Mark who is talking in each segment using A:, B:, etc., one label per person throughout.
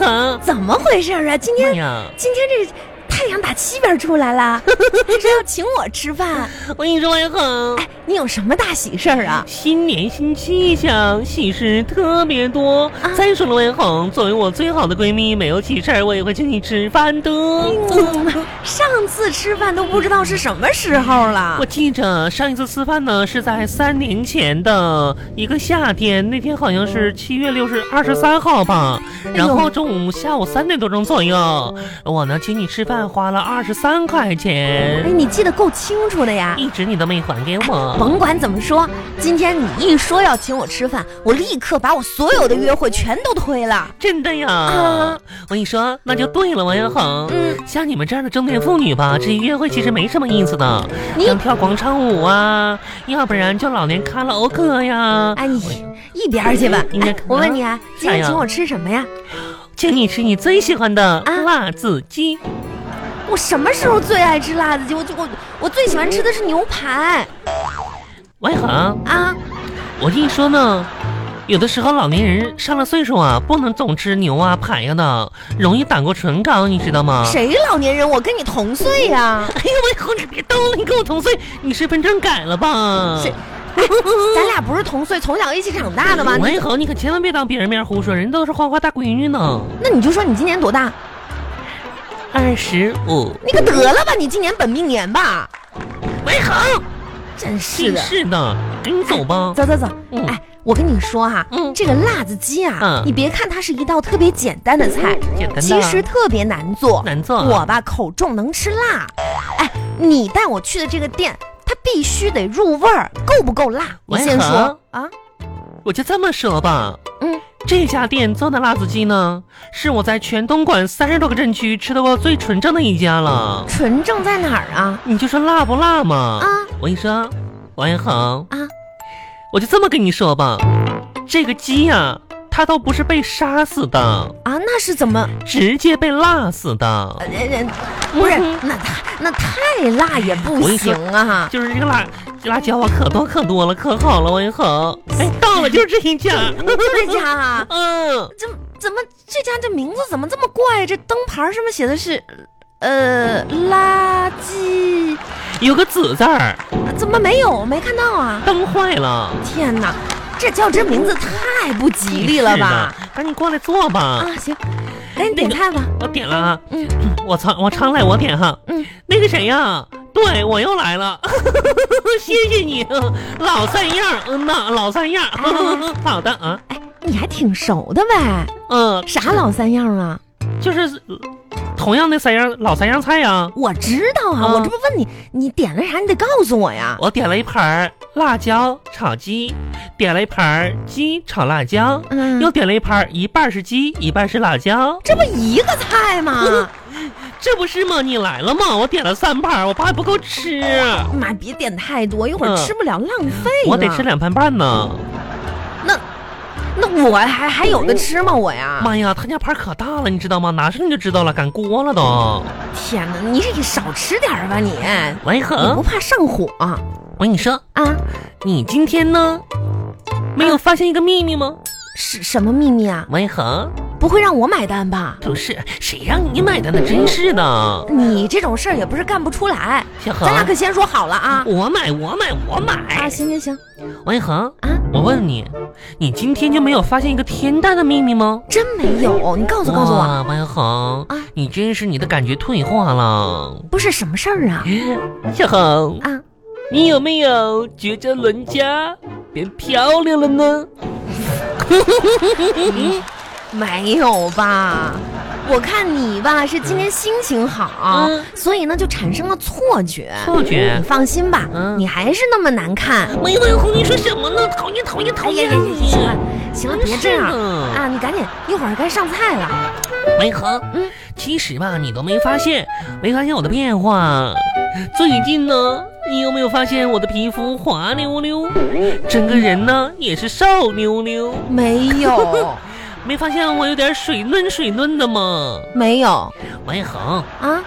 A: 哎么回事啊？今
B: 哎
A: 天
B: 呀，
A: 今天这太阳打西边出来了， 还说要请我吃饭。
B: 我跟你说呀，哼，
A: 哎，你有什么大喜事儿啊？
B: 新年新气象，喜事特别多。
A: 啊
B: 再说了，万恒，作为我最好的闺蜜，没有喜事儿我也会请你吃饭的。
A: 嗯，上次吃饭都不知道是什么时候了
B: 我。记着上一次吃饭呢是在三年前的一个夏天，那天好像
A: 嗯
B: 是七月六日二十三号吧，
A: 哎
B: 然后中午下午三点多钟左右，我呢请你吃饭花了二十三块
A: 哎，
B: 钱，
A: 你记得够清楚的呀。
B: 一直你都没还给我。
A: 甭管怎么说，今天你一说要请我吃饭，我立刻把我所有的约会全都推了。
B: 真的呀
A: 啊，
B: 我跟你说，那就对了，王彦恒。
A: 嗯，
B: 像你们这样的中年妇女吧，这约会其实没什么意思的，
A: 你
B: 像跳广场舞啊，要不然就老年卡拉 OK 呀。
A: 哎，你一边儿去吧。
B: 应该
A: 哎我问你啊，今天
B: 呀
A: 请我吃什么呀？
B: 请你吃你最喜欢的
A: 啊
B: 辣子鸡。
A: 我什么时候最爱吃辣子鸡？我就我我最喜欢吃的是牛排
B: 王一恒，
A: 啊！
B: 我跟你说呢，有的时候老年人上了岁数啊，不能总吃牛啊、排呀、的，容易胆固醇高，你知道吗？
A: 谁老年人？我跟你同岁呀、
B: 哎呦，王一恒，你别逗了，你跟我同岁，你身份证改了吧？
A: 谁 咱俩不是同岁，从小一起长大的吗？
B: 王一恒，你可千万别当别人面胡说，人都是花花大闺女呢。
A: 那你就说你今年多大？
B: 二十五，
A: 你可得了吧，你今年本命年吧？
B: 王一恒，
A: 真是
B: 真
A: 的。
B: 是的，赶紧走吧。
A: 走走走，
B: 嗯
A: 哎，我跟你说哈、
B: 嗯
A: 这个辣子鸡啊、
B: 嗯
A: 你别看它是一道特别简单的菜，
B: 简单的
A: 其实特别难做。
B: 难做
A: 我吧口重能吃辣，哎，你带我去的这个店，它必须得入味儿，够不够辣？你
B: 喂
A: 先
B: 好
A: 说啊，
B: 我就这么说吧，
A: 嗯，
B: 这家店做的辣子鸡呢，是我在全东莞三十多个镇区吃到过最纯正的一家了。
A: 纯正在哪儿啊？
B: 你就说辣不辣嘛？
A: 啊，
B: 我跟你说，王彦恒
A: 啊，
B: 我就这么跟你说吧，这个鸡呀、它都不是被杀死的，
A: 啊，那是怎么？
B: 直接被辣死的
A: 呃，。呃不是，那太那太辣也不
B: 我跟你说
A: 行啊！
B: 就是这个辣这辣椒啊，可多可多了，可好了，王彦恒。哎，到了，就是这 一家。
A: 这家啊，
B: 嗯，
A: 怎么怎么这家这名字怎么这么怪？这灯牌上面写的是，呃，垃圾，
B: 有个子字儿，
A: 怎么没有？没看到啊！
B: 灯坏了。
A: 天哪，这叫这名字太不吉利了吧？
B: 是的？赶紧过来坐吧。
A: 啊，行，赶紧点菜吧。
B: 我点了啊，
A: 嗯
B: 我常我常来，我点哈，
A: 嗯，
B: 那个谁呀，对我又来了， 谢谢你，老三样，嗯呐，老三样，
A: 嗯
B: 好的啊，
A: 你还挺熟的呗？
B: 嗯，
A: 啥老三样啊？
B: 就是同样那三样老三样菜呀，
A: 我知道啊，
B: 嗯
A: 我这不问你，你点了啥？你得告诉我呀。
B: 我点了一盘辣椒炒鸡，点了一盘鸡炒辣椒，
A: 嗯，
B: 又点了一盘，一半是鸡，一半是辣椒，
A: 这不一个菜吗？
B: 这不是吗？你来了吗？我点了三盘，我怕还不够吃，
A: 妈，别点太多，一会
B: 嗯
A: 儿吃不了，浪费了。
B: 我得吃两盘半呢。
A: 那我还还有的吃吗？我呀，
B: 妈呀，他家盘可大了，你知道吗？拿上你就知道了，赶锅了都。
A: 天哪，你这少吃点儿吧你，你
B: 王一
A: 不
B: 恒，
A: 怕上火啊？
B: 我跟你说，
A: 啊
B: 你今天呢，没有发现一个秘密吗？
A: 是什么秘密啊？
B: 王一恒，
A: 不会让我买单吧？
B: 不是，谁让你买的呢？真是的，
A: 你这种事儿也不是干不出来，
B: 小恒
A: 咱，俩可先说好了啊！
B: 我买，我买，我
A: 啊，
B: 买。
A: 行行行
B: 王一恒，
A: 啊，
B: 我问你，你今天就没有发现一个天大的秘密吗？
A: 真没有，你告诉告诉我，
B: 哇，王一恒
A: 啊，
B: 你真是你的感觉退化了。
A: 不是什么事儿啊？
B: 小恒，
A: 啊，
B: 你有没有觉着人家变漂亮了呢？ 嗯
A: 没有吧？我看你吧是今天心情好
B: 嗯，
A: 所以呢就产生了错觉。
B: 错觉
A: 你。放心吧，
B: 嗯
A: 你还是那么难看。
B: 没有红，你说什么呢？讨厌，讨厌，讨
A: 哎呀
B: 厌
A: 呀呀！行了行了，别这样
B: 真是的
A: 啊！你赶紧，一会儿该上菜了。
B: 梅恒，
A: 嗯
B: 其实吧，你都没发现，没发现我的变化。最近呢，你有没有发现我的皮肤滑溜溜，整个人呢也是瘦溜溜？
A: 没有，
B: 没发现我有点水嫩水嫩的吗？
A: 没有
B: 王一恒，
A: 啊！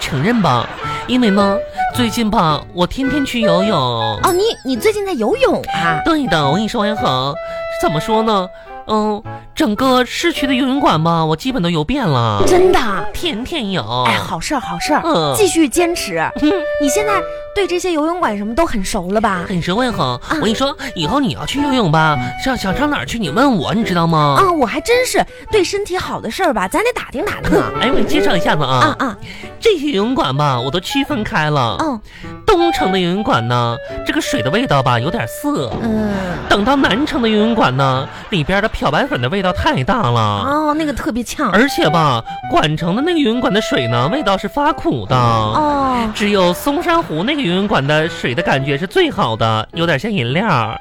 B: 承认吧，因为呢，最近吧，我天天去游泳。
A: 哦，你你最近在游泳啊？
B: 对的，我跟你说，王一恒，怎么说呢？嗯，整个市区的游泳馆吧，我基本都游遍了，
A: 真的。啊
B: 天天有。
A: 哎，好事儿，好事儿，
B: 哦嗯
A: 继续坚 持。
B: 嗯，
A: 你现在对这些游泳馆什么都很熟了吧？
B: 很熟很好。我跟你说，以后你要去游泳吧，想想上哪儿去，你问我，你知道吗？
A: 啊，我还真是对身体好的事儿吧，咱得打听打听啊。
B: 哎，我给你介绍一下子啊，
A: 啊啊，
B: 这些游泳馆吧，我都区分开了。
A: 嗯
B: 东城的游泳馆呢，这个水的味道吧有点涩；
A: 嗯，
B: 等到南城的游泳馆呢，里边的漂白粉的味道太大了。
A: 哦，那个特别呛。
B: 而且吧，管城的那个游泳馆的水呢，味道是发苦的。
A: 哦，
B: 只有松山湖那个游泳馆的水的感觉是最好的，有点像饮料，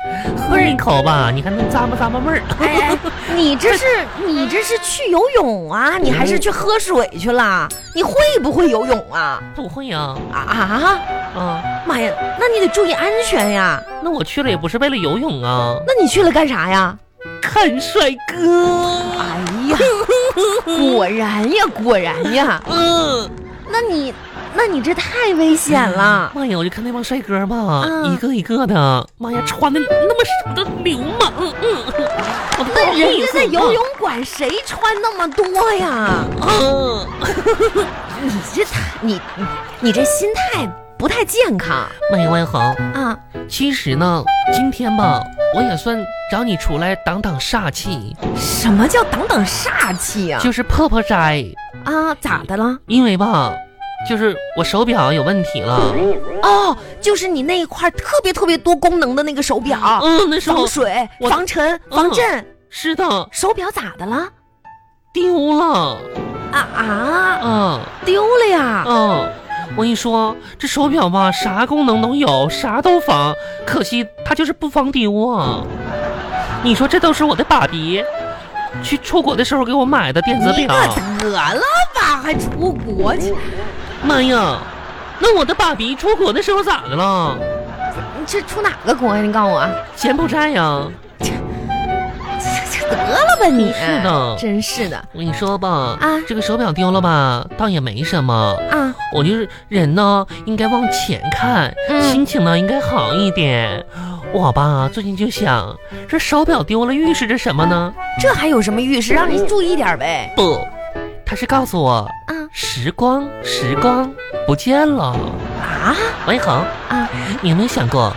B: 喝一口吧，你还能咂巴咂巴味儿。
A: 哎，哎你这是你这是去游泳啊？你还是去喝水去了？你会不会游泳啊？
B: 不会呀、
A: 啊啊！
B: 啊，
A: 妈呀，那你得注意安全呀。
B: 那我去了也不是为了游泳啊，
A: 那你去了干啥呀？
B: 看帅哥。
A: 哎呀，果然呀，果然呀。
B: 嗯，
A: 那你那你这太危险了。
B: 妈呀！我就看那帮帅哥吧，
A: 嗯
B: 一个一个的，妈呀，穿的那么少的流氓，嗯嗯，我都
A: 那
B: 好
A: 人
B: 意
A: 家
B: 思啊
A: 在游
B: 了
A: 泳馆谁穿那么多呀？
B: 嗯。
A: 你这太你你你这心态不太健康
B: 妈呀，万豪，
A: 啊！
B: 其实呢，今天吧，我也算找你出来挡挡煞气，
A: 什么叫等等煞气啊？
B: 就是破破斋。
A: 啊，咋的了？
B: 因为吧，就是我手表有问题了。
A: 哦，就是你那一块特别特别多功能的那个手表，
B: 嗯，那时候
A: 防水、
B: 我
A: 防尘、
B: 嗯
A: 防震，
B: 是的，
A: 手表咋的了？
B: 丢了。
A: 啊啊，
B: 嗯
A: 丢了呀！
B: 嗯，我跟你说，这手表吧，啥功能都有，啥都防，可惜它就是不防丢啊。你说这都是我的爸比，去出国的时候给我买的电子
A: 你
B: 表。
A: 可得了吧，还出国去？
B: 妈呀，那我的爸比出国的时候咋的了？
A: 你这出哪个国呀？你告诉我，
B: 柬埔寨呀、
A: 这这得了吧你！
B: 是的
A: 真是的
B: 我跟你说吧，
A: 啊
B: 这个手表丢了吧，倒也没什么。
A: 啊！
B: 我就是人呢，应该往前看，
A: 嗯
B: 心情呢应该好一点。我吧，最近就想，这手表丢了预示着什么呢？
A: 这还有什么预示？让人注意点呗。
B: 不，它是告诉我，
A: 啊
B: 时光，时光不见了。
A: 啊
B: 喂，恒，
A: 啊！
B: 你有没有想过，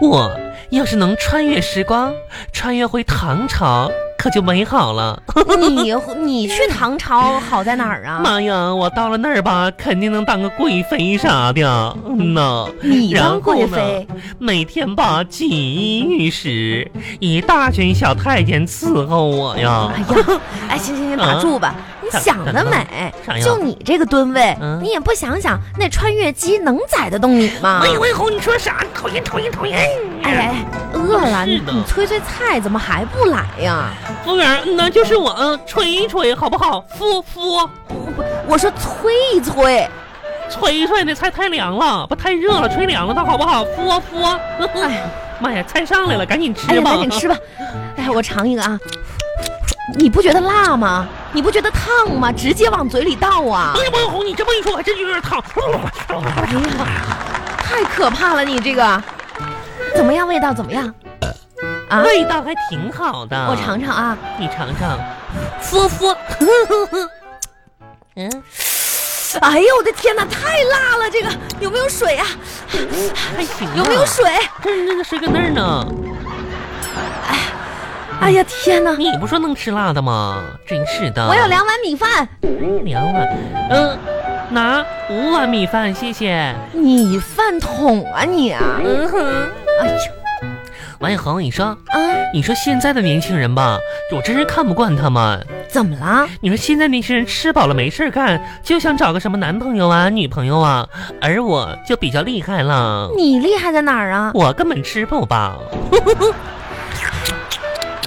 B: 我要是能穿越时光，穿越回唐朝，可就美好了。
A: 你 你去唐朝好在哪儿 啊？
B: 妈呀，我到了那儿吧，肯定能当个贵妃啥的。嗯呐，
A: 你当
B: 然后
A: 贵
B: 呢
A: 妃，
B: 每天吧锦衣玉食，一大群小太监伺候我呀
A: 哎。呀，哎，行行行，打住
B: 啊
A: 吧！你
B: 咋
A: 想得
B: 咋
A: 美
B: 啥，呀
A: 就你这个吨位，
B: 嗯
A: 你也不想想那穿越机能载得动你吗？
B: 喂喂猴，你说啥？讨厌讨厌讨厌！
A: 哎呀，哎饿了，你
B: 是的
A: 你催催菜，怎么还不来呀？
B: 服务员，那就是我，嗯，吹一吹好不好？敷敷，
A: 我说催一催，
B: 吹一吹，那菜太凉了，不太热了，吹凉了它好不好？敷敷。
A: 哎呀，
B: 妈呀，菜上来了，赶紧
A: 哎
B: 吃
A: 呀，
B: 吧。
A: 赶紧吃吧！哎呀，我尝一个啊，你不觉得辣吗？你不觉得烫吗？直接往嘴里倒啊！
B: 哎呀，王红，你这么一说，我还真有点烫。
A: 哎呀，太可怕了，你这个怎么样？味道怎么样？啊，
B: 味道还挺好的，
A: 我尝尝啊，
B: 你尝尝，
A: 啮 啮。
B: 嗯，
A: 哎呦我的天哪，太辣了！这个有没有水啊？
B: 还行、啊，
A: 有没有水？
B: 这这这水搁那儿呢？
A: 哎呀天哪！
B: 你不说能吃辣的吗？真是的，
A: 我有两碗米饭，
B: 两碗，嗯，拿五碗米饭，谢谢。
A: 米饭桶啊你啊！
B: 嗯哼，
A: 哎呦
B: 王一恒，你说，
A: 啊，
B: 你说现在的年轻人吧，我真是看不惯他们。
A: 怎么了？
B: 你说现在年轻人吃饱了没事儿干，就想找个什么男朋友啊、女朋友啊，而我就比较厉害了，
A: 你厉害在哪儿啊？
B: 我根本吃不饱。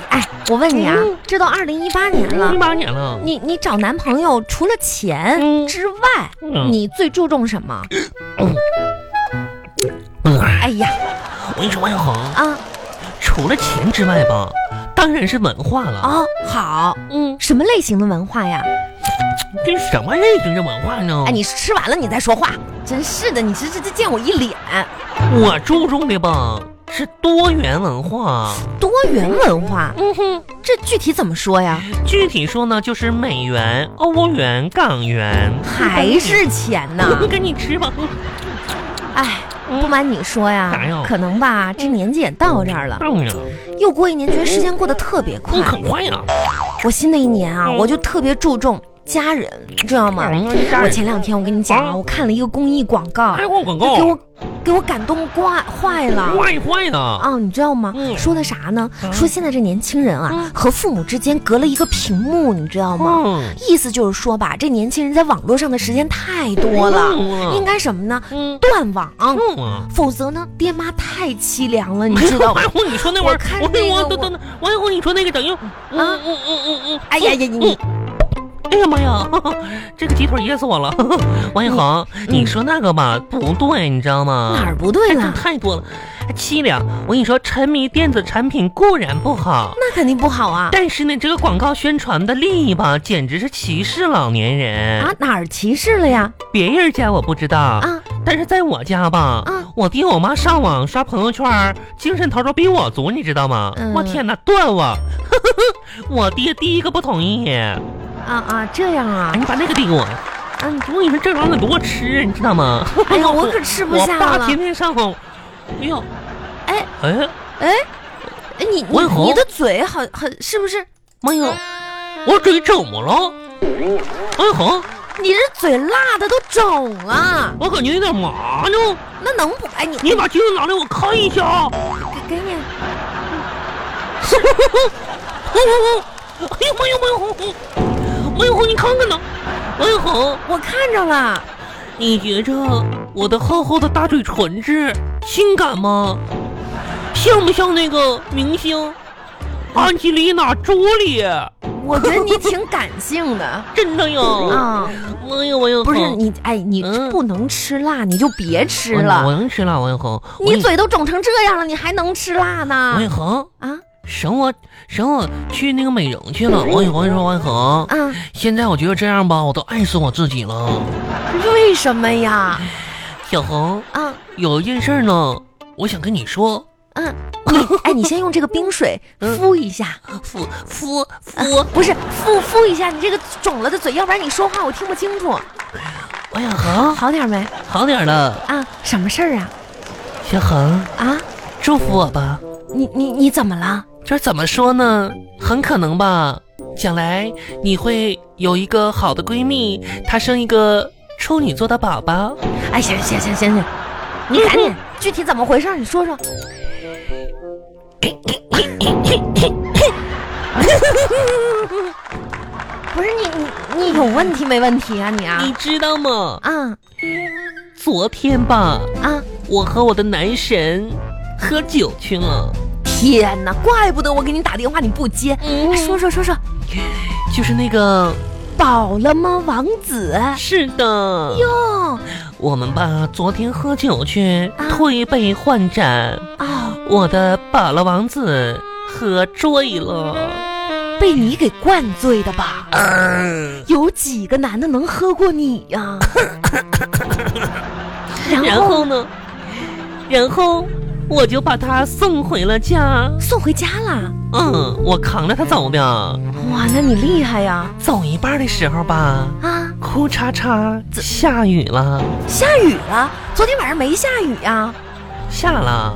A: 哎，我问你啊
B: 嗯，
A: 这都二零一八年了
B: 一，八年了，
A: 你你找男朋友除了钱
B: 嗯
A: 之外，
B: 嗯
A: 你最注重什么？
B: 嗯
A: 哎呀
B: 我跟你说，王一恒，
A: 啊
B: 除了钱之外吧，当然是文化了。
A: 哦，好，
B: 嗯，
A: 什么类型的文化呀？
B: 这什么类型的文化呢？
A: 哎，你吃完了你再说话，真是的，你这这这见我一脸。
B: 我注重的吧是是多元文化。
A: 多元文化，
B: 嗯哼，
A: 这具体怎么说呀？
B: 具体说呢，就是美元、欧元、港元，
A: 还是钱呐？
B: 我跟你吃吧。
A: 哎，不瞒你说
B: 啥呀
A: 呀，可能吧，这年纪也到这儿了，
B: 当然，
A: 又过一年，觉得时间过得特别快
B: 嗯，。很快呀。
A: 我新的一年啊，
B: 嗯
A: 我就特别注重家人，你知道吗？
B: 我
A: 我前两天我跟你讲啊，
B: 啊
A: 我看了一个公益广告，啊
B: 还哎逛广
A: 就
B: 告，
A: 给我给我感动挂坏了。
B: 坏坏的。
A: 啊，你知道吗？
B: 嗯
A: 说的啥呢？
B: 嗯
A: 说现在这年轻人啊，
B: 嗯
A: 和父母之间隔了一个屏幕，你知道吗？
B: 嗯，
A: 意思就是说吧，这年轻人在网络上的时间太多了，应
B: 嗯
A: 该什么呢？
B: 嗯
A: 断网，
B: 嗯。
A: 否则呢，爹妈太凄凉 了，你知道吗
B: 哎？我跟你说那玩
A: 我
B: 意
A: 看
B: 儿，我对
A: 那
B: 我
A: 个
B: 等
A: 我啊
B: 等等，我跟你说那个等于，嗯嗯嗯嗯嗯，
A: 哎呀呀，你你
B: 哎呀妈呀， 这个鸡腿噎死我了！ 王一恒，你说那个吧不对，你知道吗？
A: 嗯哪儿不对
B: 哎这
A: 了？
B: 太多了，哎凄凉。我跟你说，沉迷电子产品固然不好，
A: 那肯定不好啊！
B: 但是呢，这个广告宣传的利益吧，简直是歧视老年人。
A: 啊，哪儿歧视了呀？
B: 别人家我不知道，
A: 啊，
B: 但是在我家吧，
A: 啊
B: 我爹我妈上网刷朋友圈儿，精神头都比我足，你知道吗？
A: 嗯
B: 我天哪，断网！ 我爹第一个不同意，哎，
A: 啊啊，这样啊，
B: 你把那个递给我。
A: 嗯、
B: 我跟你说，这玩意儿得多吃，你知道吗？
A: 哎呀，我可吃不
B: 我
A: 下
B: 爸
A: 了。
B: 天天上网，哎呦，
A: 哎
B: 哎，
A: 哎，哎你
B: 文
A: 你
B: 红
A: 你的嘴好很是不是？
B: 妈呀，我嘴怎么了？哎恒，
A: 你这嘴辣的都肿了，
B: 我感觉有点麻呢，
A: 那能不？哎，你
B: 你把橘子拿来我看一下啊。
A: 给给你，
B: 哎呦，哎呦，哎呦，哎呦，哎呦，你看看呢，哎呦，
A: 我看着了，
B: 你觉着我的厚厚的大嘴唇子性感吗？像不像那个明星安吉丽娜·朱莉？
A: 我觉得你挺感性的
B: 真的呀！
A: 啊。
B: 哎呦，哎呦，
A: 不是你，哎，你
B: 嗯
A: 不能吃辣，你就别吃
B: 我
A: 了。
B: 能吃辣，王一恒，
A: 你嘴都肿成这样了，你还能吃辣
B: 王一
A: 呢？
B: 恒，
A: 啊
B: 省我省我去那个美容去了。王一恒说，王一恒，
A: 啊，
B: 现在我觉得这样吧，我都爱死我自己了。
A: 为什么呀？
B: 小恒，
A: 啊
B: 有一件事儿呢，我想跟你说，
A: 嗯，你哎，你先用这个冰水
B: 嗯
A: 敷一下，
B: 敷敷
A: 我
B: 敷，啊
A: 不是敷敷一下你这个肿了的嘴，要不然你说话我听不清楚。
B: 啊王小哎恒
A: 好点没？
B: 好点儿了。
A: 啊，什么事儿啊？
B: 小恒，
A: 啊，
B: 祝福我吧。
A: 你你你怎么了？
B: 就是怎么说呢，很可能吧，将来你会有一个好的闺蜜，她生一个处女座的宝宝。
A: 哎，行行行行行，你赶
B: 嗯
A: 紧，具体怎么回事儿？你 说说。不是你你你有问题没问题啊你啊
B: 你知道吗？
A: 啊
B: 昨天吧，
A: 啊！
B: 我和我的男神喝酒去了。
A: 天哪，怪不得我给你打电话你不接。哎
B: 嗯
A: 说说说说，
B: 就是那个，
A: 饱了吗，王子？
B: 是的，
A: 哟
B: 我们吧，昨天喝酒去，
A: 啊
B: 推杯换盏，
A: 哦，
B: 我的宝了王子喝醉了。
A: 被你给灌醉的吧？有几个男的能喝过你呀、然
B: 然
A: 后
B: 后呢？然后我就把他送回了家。
A: 送回家啦。
B: 嗯，我扛着他走的。
A: 哇，那你厉害呀！
B: 走一半的时候吧，
A: 啊，
B: 哭嚓嚓，下雨了，
A: 下雨了，昨天晚上没下雨呀、
B: 下了。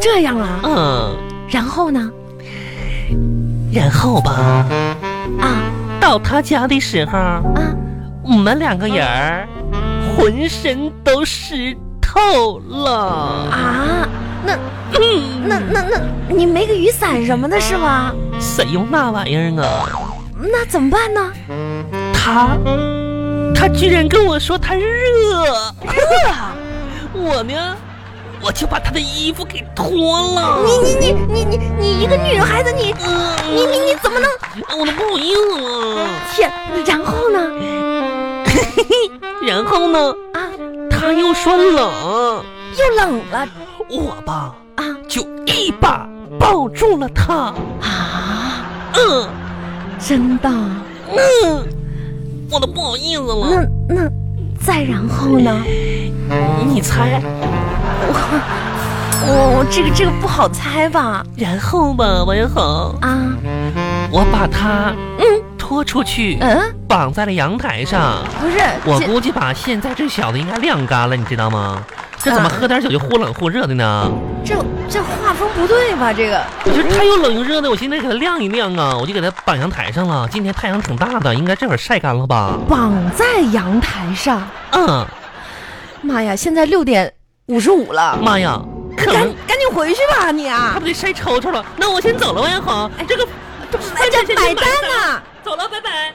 A: 这样啊？
B: 嗯，
A: 然后呢？
B: 然后吧，
A: 啊
B: 到他家的时候，
A: 啊，
B: 我们两个人儿浑身都湿透了。
A: 啊，那
B: 嗯，
A: 那那那，你没个雨伞什么的是吗？
B: 谁用那玩意儿啊？
A: 那怎么办呢？
B: 他，他居然跟我说他热，
A: 啊
B: 我呢，我就把他的衣服给脱了。
A: 你你你你你你一个女孩子，你你
B: 嗯，
A: 你你怎么能？
B: 我都不好意思了。
A: 天，然后呢？
B: 然后呢，
A: 啊，
B: 他又说冷，
A: 又冷了
B: 我吧
A: 啊
B: 就一把抱住了他。
A: 啊！
B: 嗯
A: 真的？
B: 嗯，我都不好意思
A: 那
B: 了。
A: 那再然后呢？
B: 你猜，
A: 哦，这个这个不好猜吧？
B: 然后吧，王彦恒，
A: 啊，
B: 我把他
A: 嗯
B: 拖出去，
A: 嗯，
B: 绑在了阳台上。
A: 不是，
B: 我
A: 这
B: 估计把现在这小子应该晾干了，你知道吗？这怎么
A: 啊
B: 喝点酒就忽冷忽热的呢？
A: 这这画风不对吧？这个
B: 就是他又冷又热的，我现在给他晾一晾啊，我就给他绑阳台上了。今天太阳挺大的，应该这会儿晒干了吧？
A: 绑在阳台上，
B: 嗯，
A: 妈呀，现在六点五十五了，
B: 妈呀，可
A: 赶
B: 能
A: 赶紧回去吧你啊
B: 他！不得晒抽抽了。那我先走了，王彦恒，这个这
A: 哎，这买单
B: 呢？
A: 呢、
B: 走了，拜拜。